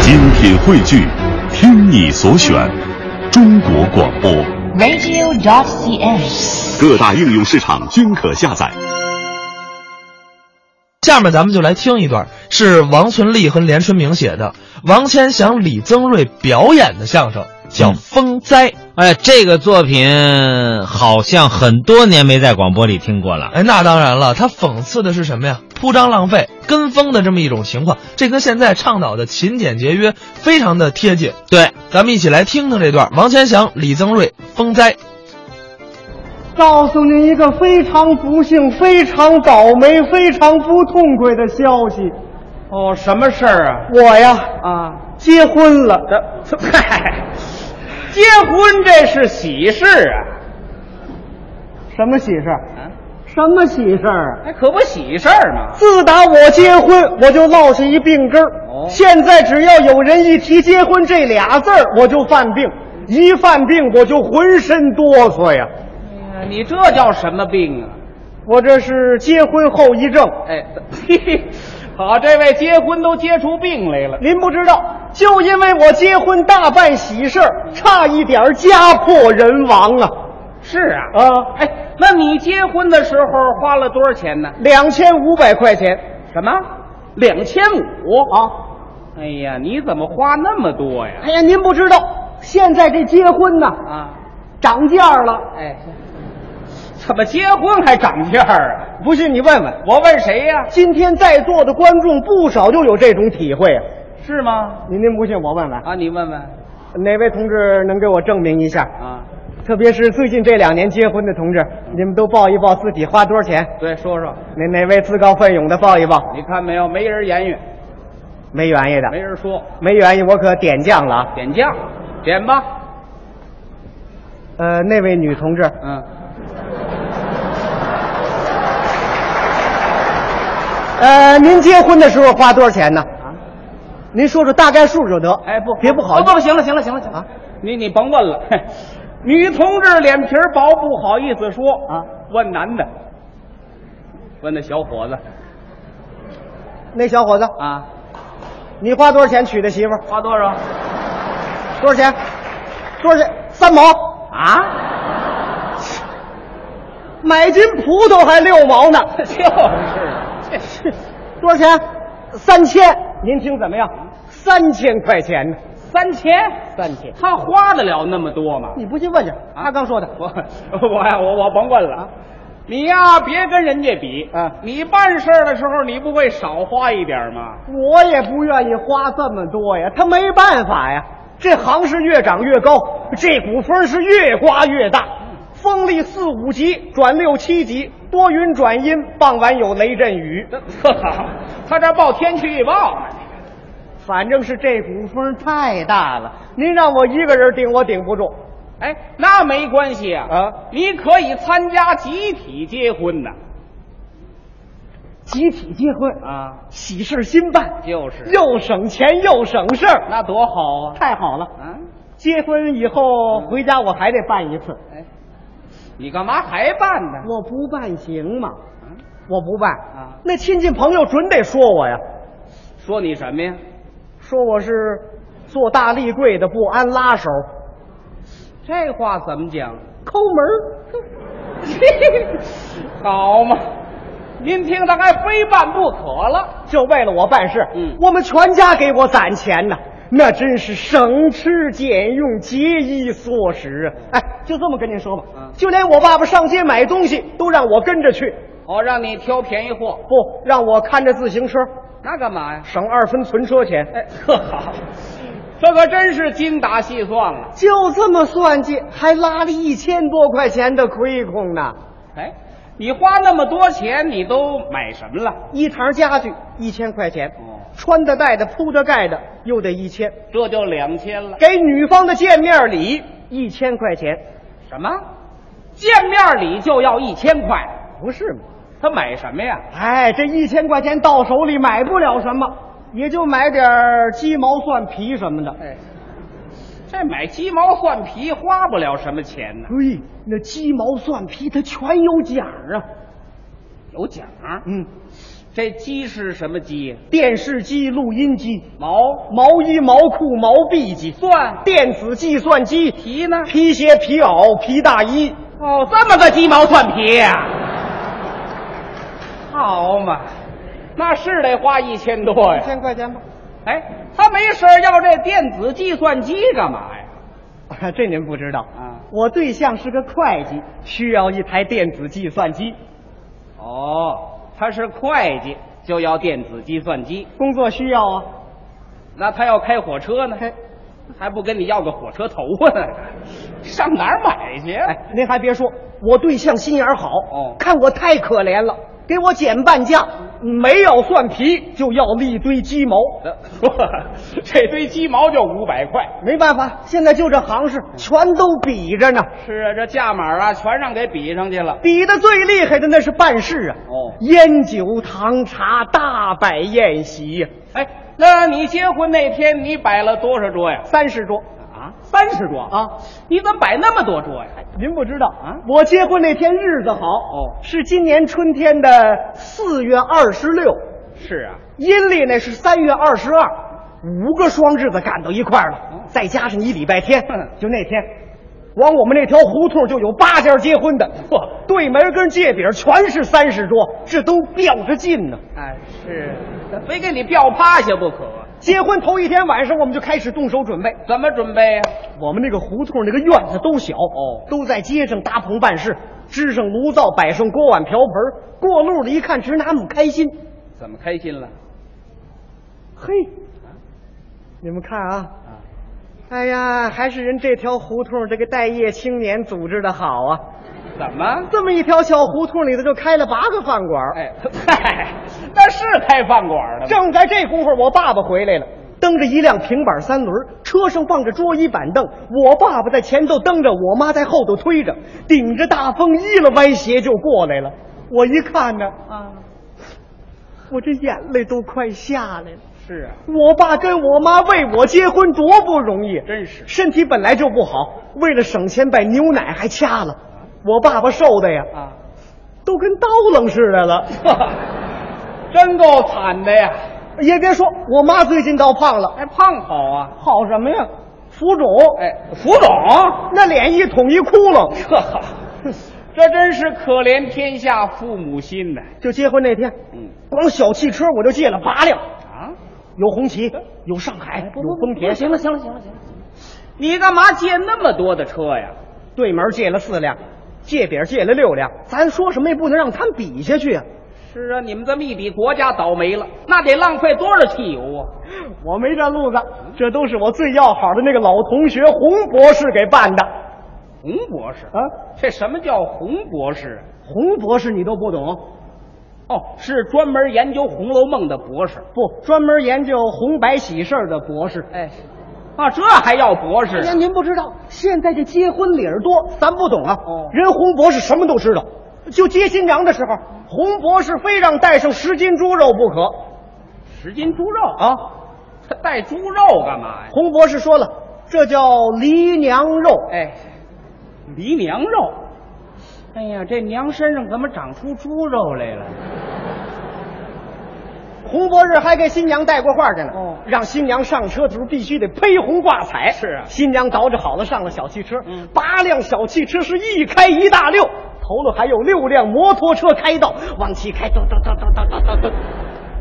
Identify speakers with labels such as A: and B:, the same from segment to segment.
A: 精品汇聚，听你所选，中国广播。
B: radio.cn。
A: 各大应用市场均可下载。
C: 下面咱们就来听一段，是王存利和连春明写的，王千祥、李增瑞表演的相声，叫《
D: 嗯
C: 风灾》。
D: 哎，这个作品好像很多年没在广播里听过了。
C: 哎，那当然了，他讽刺的是什么呀？铺张浪费、跟风的这么一种情况，这跟现在倡导的勤俭节约非常的贴近。
D: 对，
C: 咱们一起来听听这段王千祥、李增瑞《风灾》。
E: 告诉您一个非常不幸、非常倒霉、非常不痛快的消息，
F: 哦，什么事儿啊？
E: 我呀
F: 啊，
E: 结婚了。
F: 这 嗨，结婚这是喜事啊，
E: 什么喜事儿？什么喜事儿啊？
F: 那可不喜事儿吗？
E: 自打我结婚，我就落下一病根儿。
F: 哦
E: 现在只要有人一提结婚这俩字儿，我就犯病。一犯病，我就浑身哆嗦呀。
F: 哎你这叫什么病啊？
E: 我这是结婚后遗症。
F: 哎， 嘿嘿，好，这位结婚都结出病来了。
E: 您不知道，就因为我结婚大办喜事儿，差一点儿家破人亡啊！
F: 是啊，
E: 啊
F: 哎，那你结婚的时候花了多少钱呢？
E: 两千五百块钱
F: 什么？两千五？
E: 啊！
F: 哎呀，你怎么花那么多呀？
E: 哎呀，您不知道，现在这结婚呢
F: 啊，
E: 涨价了，
F: 哎，怎么结婚还涨价儿啊？
E: 不信你问问。
F: 我问谁呀、
E: 今天在座的观众不少就有这种体会啊！
F: 是吗？
E: 您您不信我问问，
F: 啊，你问问
E: 哪位同志能给我证明一下？
F: 啊。
E: 特别是最近这两年结婚的同志，你们都报一报自己花多少钱？
F: 对，说说，
E: 哪哪位自告奋勇的报一报？
F: 你看没有？没人言语，
E: 没原因的
F: 没，人说，
E: 没原因，我可点将了啊！
F: 点将，点吧。
E: 呃，那位女同志，
F: 嗯，
E: 呃，您结婚的时候花多少钱呢？您说说大概数就得。
F: 哎，不，
E: 别不好意思啊
F: 不不，行了，行了，行了，行了，你你甭问了。 嘿女同志脸皮儿薄，不好意思说
E: 啊。
F: 问男的，问那小伙子
E: 那小伙子，
F: 啊，
E: 你花多少钱娶的媳妇儿？
F: 花多少
E: 多少钱？多少钱？三毛，
F: 啊？
E: 买斤葡萄还六毛呢。
F: 就是，这
E: 多少钱？三千。您听怎么样？三千块钱呢？
F: 三千，
E: 三千。
F: 他花得了那么多吗？啊
E: 你不信问去，他刚说的。
F: 我我呀，我我甭问了。啊你呀，别跟人家比
E: 啊
F: 你办事儿的时候，你不会少花一点吗？
E: 我也不愿意花这么多呀，他没办法呀。这行是越长越高，这股风是越刮越大，风力四五级转六七级，多云转阴，傍晚有雷阵雨。
F: 这这好，他这报天气预报呢。
E: 反正是这股风太大了，您让我一个人顶，我顶不住。
F: 哎，那没关系啊
E: 啊
F: 你可以参加集体结婚呐。
E: 集体结婚，
F: 啊，
E: 喜事新办，
F: 就是，
E: 又省钱又省事儿，
F: 那多好啊！
E: 太好了。
F: 啊，
E: 结婚以后回家我还得办一次，
F: 哎，你干嘛还办呢？
E: 我不办行吗？
F: 嗯
E: 我不办
F: 啊
E: 那亲戚朋友准得说我呀，
F: 说你什么呀？
E: 说我是做大立柜的不安拉手，
F: 这话怎么讲？
E: 抠门儿。
F: 好嘛，您听他还非办不可了。
E: 就为了我办事，
F: 嗯
E: 我们全家给我攒钱呐，那真是省吃俭用，节衣缩食啊！哎，就这么跟您说吧，
F: 嗯
E: 就连我爸爸上街买东西都让我跟着去，
F: 哦，让你挑便宜货，
E: 不让我看着自行车，
F: 那干嘛呀？
E: 省二分存车钱。
F: 哎，呵好，这可真是精打细算了。
E: 就这么算计，还拉了一千多块钱的亏空呢。
F: 哎，你花那么多钱，你都买什么了？
E: 一堂家具一千块钱，
F: 哦
E: 穿的、戴的、铺的、盖的又得一千，
F: 这就两千了。
E: 给女方的见面礼一千块钱，
F: 什么？见面礼就要一千块？
E: 不是吗？
F: 他买什么呀？
E: 哎，这一千块钱到手里买不了什么，也就买点儿鸡毛蒜皮什么的。
F: 哎，这买鸡毛蒜皮花不了什么钱呢。
E: 嘿，那鸡毛蒜皮它全有奖啊！
F: 有奖儿，
E: 嗯，
F: 这鸡是什么鸡？
E: 电视机、录音机、
F: 毛
E: 毛衣、毛裤、毛笔机、
F: 蒜
E: 电子计算机、
F: 皮呢？
E: 皮鞋、皮袄、皮大衣。
F: 哦，这么个鸡毛蒜皮呀、好嘛，那是得花一千多呀。
E: 块钱吧。
F: 哎，他没事儿要这电子计算机干嘛呀？
E: 这您不知道
F: 啊
E: 我对象是个会计，需要一台电子计算机。
F: 哦，他是会计，就要电子计算机。
E: 工作需要啊。
F: 那他要开火车呢，还不跟你要个火车头啊？ 上哪儿买去？啊
E: 哎，您还别说，我对象心眼儿好，
F: 哦
E: 看我太可怜了，给我减半价，没有蒜皮就要了一堆鸡毛。
F: 这这堆鸡毛就五百块。
E: 没办法，现在就这行
F: 嗯
E: 市，全都比着呢。
F: 是啊，这价码啊，全让给比上去了。
E: 比的最厉害的那是办事啊，
F: 哦
E: 烟酒糖茶大摆宴席啊呀，
F: 哎，那你结婚那天你摆了多少桌呀？
E: 三十桌。
F: 啊，三十桌
E: 啊！
F: 你怎么摆那么多桌呀？
E: 您不知道
F: 啊
E: 我结婚那天日子好
F: 哦
E: 是今年春天的四月二十六，
F: 是啊，
E: 阴历呢是三月二十二，五个双日子赶到一块儿了
F: 嗯，
E: 再加上一礼拜天
F: 嗯，
E: 就那天，往我们那条胡同就有八家结婚的，
F: 嚯
E: 对门跟界饼全是三十桌，这都吊着劲呢。
F: 哎是，那非给你吊趴下不可啊。
E: 结婚头一天晚上，我们就开始动手准备。
F: 怎么准备呀、
E: 我们那个胡同那个院子都小
F: 哦
E: 都在街上搭棚办事，支上炉灶，摆上锅碗瓢盆。过路的一看，直拿我们开心。
F: 怎么开心了？
E: 嘿，你们看啊
F: 啊，
E: 哎呀，还是人这条胡同这个待业青年组织的好啊！
F: 怎么？
E: 这么一条小胡同里头就开了八个饭馆，
F: 哎， 嗨，那是开饭馆的吗？
E: 正在这功夫，我爸爸回来了，蹬着一辆平板三轮，车上放着桌椅板凳，我爸爸在前头蹬着，我妈在后头推着，顶着大风一了歪斜就过来了。我一看呢，
F: 啊，
E: 我这眼泪都快下来了。
F: 是啊，
E: 我爸跟我妈为我结婚多不容易，
F: 真是
E: 身体本来就不好，为了省钱把牛奶还掐了，我爸爸瘦的呀，
F: 啊，
E: 都跟刀楞似的了。
F: 真够惨的呀！
E: 也别说，我妈最近倒胖了，
F: 还胖好啊？
E: 好什么呀？浮肿，
F: 哎，浮肿，
E: 那脸一捅一窟窿。
F: 呵呵，这真是可怜天下父母心呐。
E: 就结婚那天，
F: 嗯
E: 光小汽车我就借了八辆，
F: 啊，
E: 有红旗，
F: 嗯
E: 有上
F: 哎
E: 海，有丰田。
F: 行了行了行了行了，你干嘛借那么多的车呀？
E: 对门借了四辆，借饼借了六辆。咱说什么也不能让他们比下去啊！
F: 是啊，你们这么一比，国家倒霉了，那得浪费多少汽油啊？
E: 我没这路子，
F: 嗯
E: 这都是我最要好的那个老同学洪博士给办的
F: 洪博士，
E: 啊。
F: 这什么叫洪博士啊？
E: 洪博士你都不懂，
F: 哦，是专门研究《红楼梦》的博士。
E: 不专门研究红白喜事儿的博士。
F: 哎，啊，这还要博士
E: 哎呀，您不知道，现在这结婚礼儿多，咱不懂啊。
F: 哦
E: 人洪博士什么都知道，就接新娘的时候，洪博士非让带上十斤猪肉不可
F: 十斤猪肉啊？
E: 啊。
F: 他带猪肉干嘛呀？
E: 洪博士说了，这叫离娘肉。
F: 哎，离娘肉。哎呀，这娘身上怎么长出猪肉 来了？
E: 洪博士还给新娘带过话去呢，
F: 哦
E: 让新娘上车的时候必须得披红挂彩。
F: 是啊
E: 新娘捯饬好了，上了小汽车，
F: 嗯
E: 八辆小汽车是一开一大溜，头了还有六辆摩托车开道往起开，咚咚咚咚咚咚咚咚，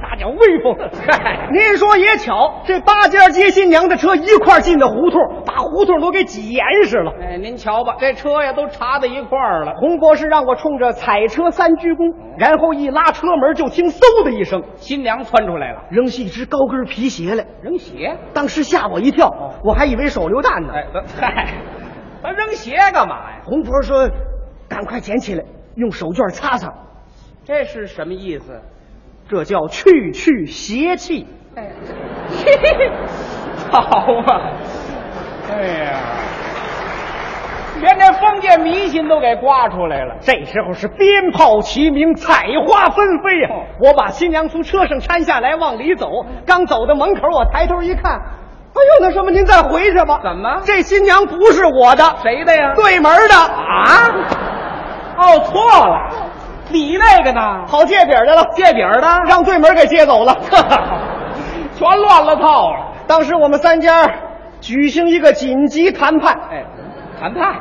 E: 大脚威 风。
F: 嗨
E: 您说也巧，这八家接新娘的车一块儿进的胡同，把胡同都给挤严实了。
F: 哎，您瞧吧，这车呀都插在一块儿了。
E: 洪博士让我冲着彩车三鞠躬，然后一拉车门，就听嗖的一声，
F: 新娘窜出来了，
E: 扔下一只高跟皮鞋来。
F: 扔鞋。
E: 当时吓我一跳，我还以为手榴弹呢。
F: 哎，他 嗨，他扔鞋干嘛呀？
E: 洪博士说：“赶快捡起来，用手绢擦擦，
F: 这是什么意思？
E: 这叫去去邪气。
F: 哎，嘿嘿嘿，好啊！哎呀，连这封建迷信都给刮出来了”。
E: 这时候是鞭炮齐鸣，彩花纷飞呀、
F: 哦嗯
E: 我把新娘从车上搀下来，往里走。刚走到门口，我抬头一看，哎呦，那什么，您再回去吧。
F: 怎么
E: 这新娘不是我的，
F: 谁的呀？
E: 对门的。
F: 啊？哦，错了，你那个呢？
E: 跑借饼儿去了，
F: 借饼儿的
E: 让对门给接走 了。
F: 全乱了套了。
E: 当时我们三家举行一个紧急谈判，
F: 哎，谈判，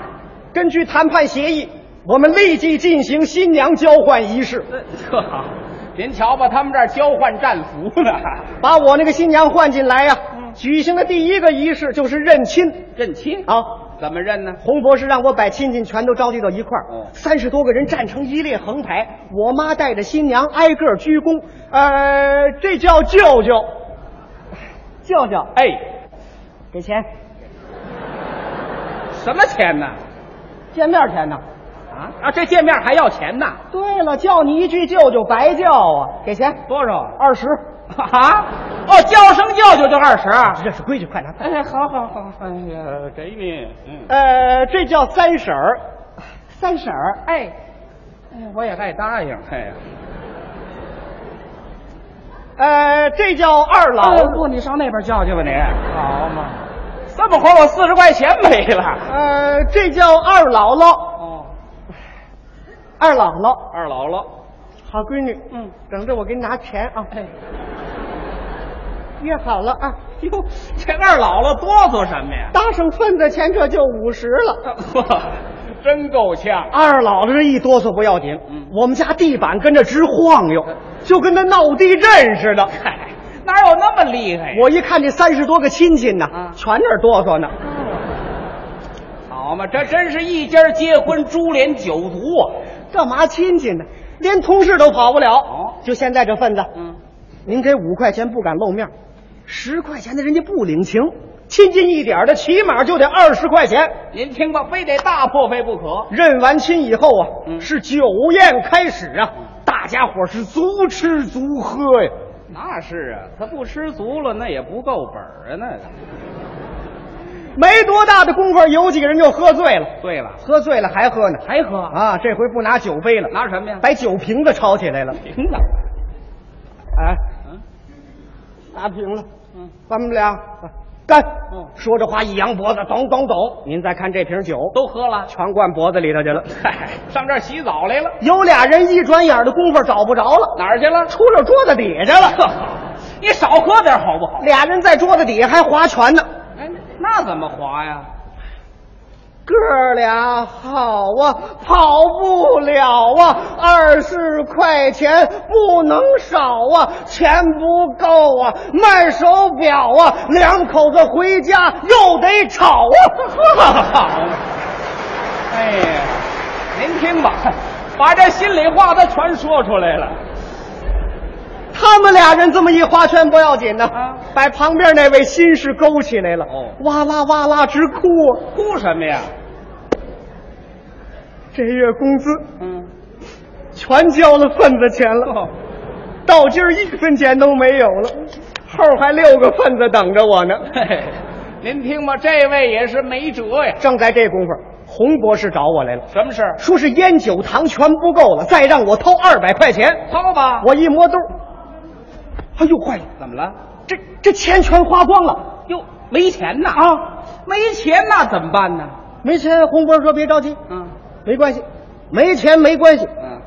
E: 根据谈判协议，我们立即进行新娘交换仪式，
F: 这呃您瞧吧，他们这儿交换战俘呢，
E: 把我那个新娘换进来呀、
F: 嗯
E: 举行的第一个仪式就是认亲
F: 认亲，
E: 啊。
F: 怎么认呢？
E: 洪博士让我把亲戚全都召集到一块儿
F: 哦，
E: 三十、多个人站成一列横排，我妈带着新娘挨个儿鞠躬，呃，这叫舅 舅，舅舅，
F: 哎，
E: 给钱，
F: 什么钱呢？
E: 见面钱呢？
F: 啊啊，这见面还要钱呢？
E: 对了，叫你一句舅舅白叫啊，给钱
F: 多少啊？
E: 二十，
F: 啊？哦，叫声舅舅就二十。
E: 这是规矩，快拿快。
F: 哎，好好好，哎呀，给你，嗯，
E: 呃，这叫三婶儿，三婶儿，
F: 哎，哎，我也爱答应，哎呀，
E: 呃，这叫二老，
F: 哎不，你上那边叫去吧，你好嘛，这么会儿我四十块钱没了。
E: 呃，这叫二姥姥，
F: 哦，
E: 二姥姥，
F: 二姥姥，
E: 好闺女，
F: 嗯，
E: 等着我给你拿钱啊，
F: 哎，
E: 约好了啊，
F: 哟，这二姥姥哆嗦什么呀？
E: 搭上份子钱这就五十了。
F: 真够呛，
E: 二老这一哆嗦不要紧，
F: 嗯
E: 我们家地板跟着直晃悠，就跟那闹地震似的。
F: 嗨，哪有那么厉害呀？
E: 我一看这三十多个亲戚呢，
F: 啊
E: 全那儿哆嗦呢。
F: 好嘛，这真是一家结婚株连九族啊！
E: 干嘛亲戚呢？连同事都跑不了。
F: 哦
E: 就现在这份子，
F: 嗯，
E: 您给五块钱不敢露面，十块钱的人家不领情，亲近一点的起码就得二十块钱。
F: 您听吧，非得大破费不可。
E: 认完亲以后啊，
F: 嗯
E: 是酒宴开始啊，大家伙是足吃足喝呀。
F: 那是啊，他不吃足了，那也不够本儿啊，那个。
E: 没多大的功夫，有几个人就喝醉了，
F: 对了，
E: 喝醉了还喝呢，
F: 还喝啊？
E: 啊，这回不拿酒杯了，
F: 拿什么呀？
E: 把酒瓶子抄起来了。
F: 瓶子。
E: 哎，
F: 嗯
E: 拿瓶了。
F: 嗯，
E: 咱们俩干！
F: 嗯
E: 说着话一扬脖子，咚咚咚！您再看这瓶酒，
F: 都喝了。
E: 全灌脖子里头去了。
F: 嗨，上这儿洗澡来了，
E: 有俩人一转眼的功夫找不着了，
F: 哪儿去了？
E: 出了桌子底下去
F: 呵
E: 了。
F: 好，你少喝点好不好？
E: 俩人在桌子底下还划拳呢，
F: 哎，那怎么滑呀？
E: 哥俩好啊，跑不了啊，二十块钱不能少啊，钱不够啊，卖手表啊，两口子回家又得吵啊。
F: 哎呀，哎您听吧， 把这心里话他全说出来了。
E: 他们俩人这么一划拳不要紧呢，
F: 啊
E: 把旁边那位心事勾起来了，
F: 哦
E: 哇啦哇啦直哭啊！
F: 哭什么呀？
E: 这月工资
F: 嗯，
E: 全交了份子钱了，
F: 哦，
E: 到今儿一分钱都没有了，后还六个份子等着我呢。
F: 嘿嘿，您听吧，这位也是没辙呀。
E: 正在这功夫，洪博士找我来了，
F: 什么事儿？
E: 说是烟酒糖全不够了，再让我掏二百块钱。
F: 掏吧。
E: 我一摸兜，哎呦坏了，
F: 怎么了？
E: 这这钱全花光了。
F: 哟，没钱呐啊，没钱那怎么办呢？
E: 没钱，洪博士说别着急，
F: 嗯
E: 没关系，没钱没关系，
F: 嗯，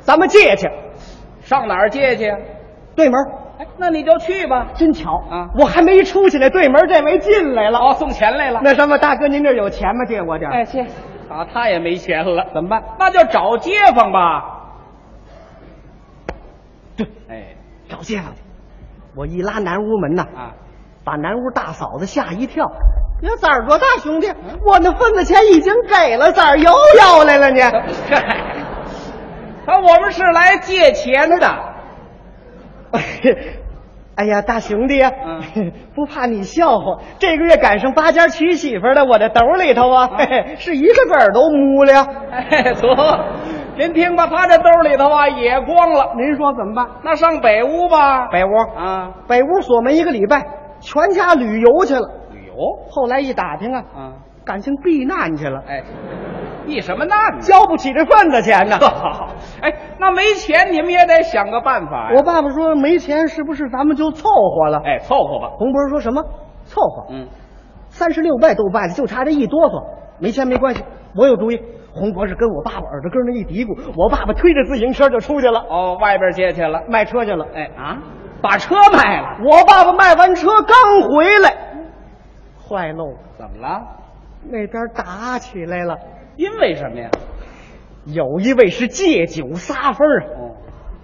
E: 咱们借去。
F: 上哪儿借去呀？
E: 对门
F: 哎，那你就去吧。
E: 真巧
F: 啊
E: 我还没出去呢，对门这位进来了。
F: 哦，送钱来了。
E: 那什么，大哥您这有钱吗？借我点儿。
F: 哎，谢谢。啊，他也没钱了，怎么办？那就找街坊吧。对，哎
E: 找街坊去。我一拉南屋门呐，
F: 啊，
E: 把南屋大嫂子吓一跳。哟，三儿多大兄弟，我那份子钱已经给了，三儿又要来了 呢。
F: 嗨，啊，我们是来借钱的。
E: 哎呀，大兄弟呀、
F: 嗯
E: 不怕你笑话，这个月赶上八家娶媳妇儿的，我的兜里头啊，嘿
F: 嗯
E: 嘿， 是一个子儿都没了。
F: 哎，得，您听吧，他这兜里头啊也光了。
E: 您说怎么办？
F: 那上北屋吧。
E: 北屋
F: 啊，
E: 北屋锁门一个礼拜，全家旅游去了。
F: 旅游
E: 后来一打听啊，
F: 啊，
E: 感情避难去了，
F: 哎，避什么难呢？
E: 交不起这份子 钱呢。
F: 哎，那没钱你们也得想个办法呀。
E: 我爸爸说没钱，是不是咱们就凑合了？
F: 哎，凑合吧。
E: 洪博说什么凑合？
F: 嗯，
E: 三十六拜都拜了，就差这一哆嗦，没钱没关系，我有主意。洪博士跟我爸爸耳朵根儿那一嘀咕，我爸爸推着自行车就出去了，
F: 哦，外边接去了。
E: 卖车去了。
F: 哎啊，把车卖了，
E: 我爸爸卖完车刚回来，坏喽，
F: 怎么了？
E: 那边打起来了。
F: 因为什么呀？
E: 有一位是借酒撒疯儿啊，
F: 哦，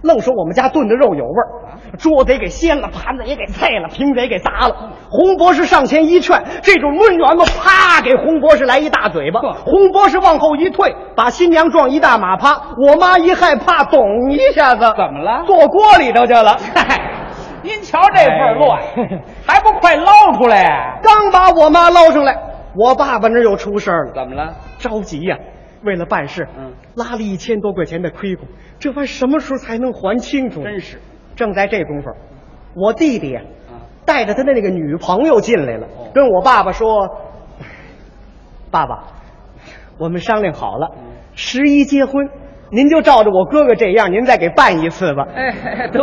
E: 愣说我们家炖的肉有味
F: 啊
E: 儿，桌子也给掀了，盘子也给菜了，瓶子也给砸
F: 嗯
E: 了。洪博士上前一劝，这种论员们啪给洪博士来一大嘴巴
F: 呵。
E: 洪博士往后一退，把新娘撞一大马趴。我妈一害怕，咚一下子
F: 怎么了
E: 坐锅里头去了。
F: 嗨， 您瞧这份儿乱
E: 哎，
F: 还不快捞出来啊？
E: 刚把我妈捞上来，我爸爸那儿又出事儿了，
F: 怎么了？
E: 着急呀、为了办事，
F: 嗯，
E: 拉了一千多块钱的亏空，这玩意儿什么时候才能还清楚呢？
F: 真是
E: 正在这功夫，我弟弟呀、
F: 啊，哦
E: 带着他的那个女朋友进来了，跟我爸爸说：“爸爸，我们商量好了，
F: 嗯
E: 十一结婚，您就照着我哥哥这样，您再给办一次吧。
F: 哎， 得，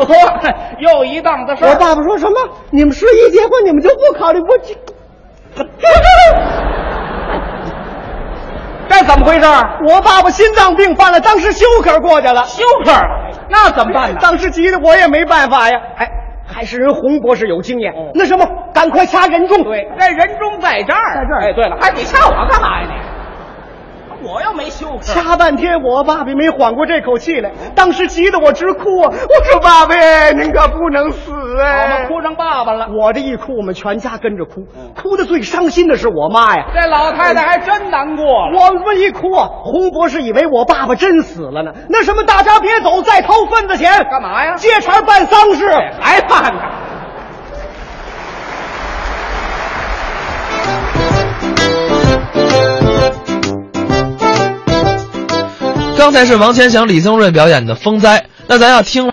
F: 又一档子”事
E: 我
F: 儿。
E: 爸爸说什么？你们十一结婚，你们就不考虑我这？
F: 这怎么回事儿？
E: 我爸爸心脏病犯了，当时休克过去了。
F: 休克了，那怎么办呢？
E: 当时急得我也没办法呀。哎，还是人洪博士有经
F: 哦
E: 验。那什么，赶快掐人中。对
F: 这人中在这儿，
E: 在这儿
F: 哎，对了，还你掐我干嘛呀你？我又没休克。
E: 掐半天，我爸爸也没缓过这口气来，当时急得我直哭啊！我说：“爸爸，您可不能死
F: 我
E: 哎
F: 们！”哭成爸爸了。
E: 我这一哭，我们全家跟着哭，哭的最伤心的是我妈呀。
F: 这老太太还真难过了。
E: 我们一哭啊，洪博士以为我爸爸真死了呢。那什么，大家别走，再掏份子钱
F: 干嘛呀
E: 借茬办丧事，
F: 哎还办呢？
C: 刚才是王千祥、李增瑞表演的《风灾》，那咱要听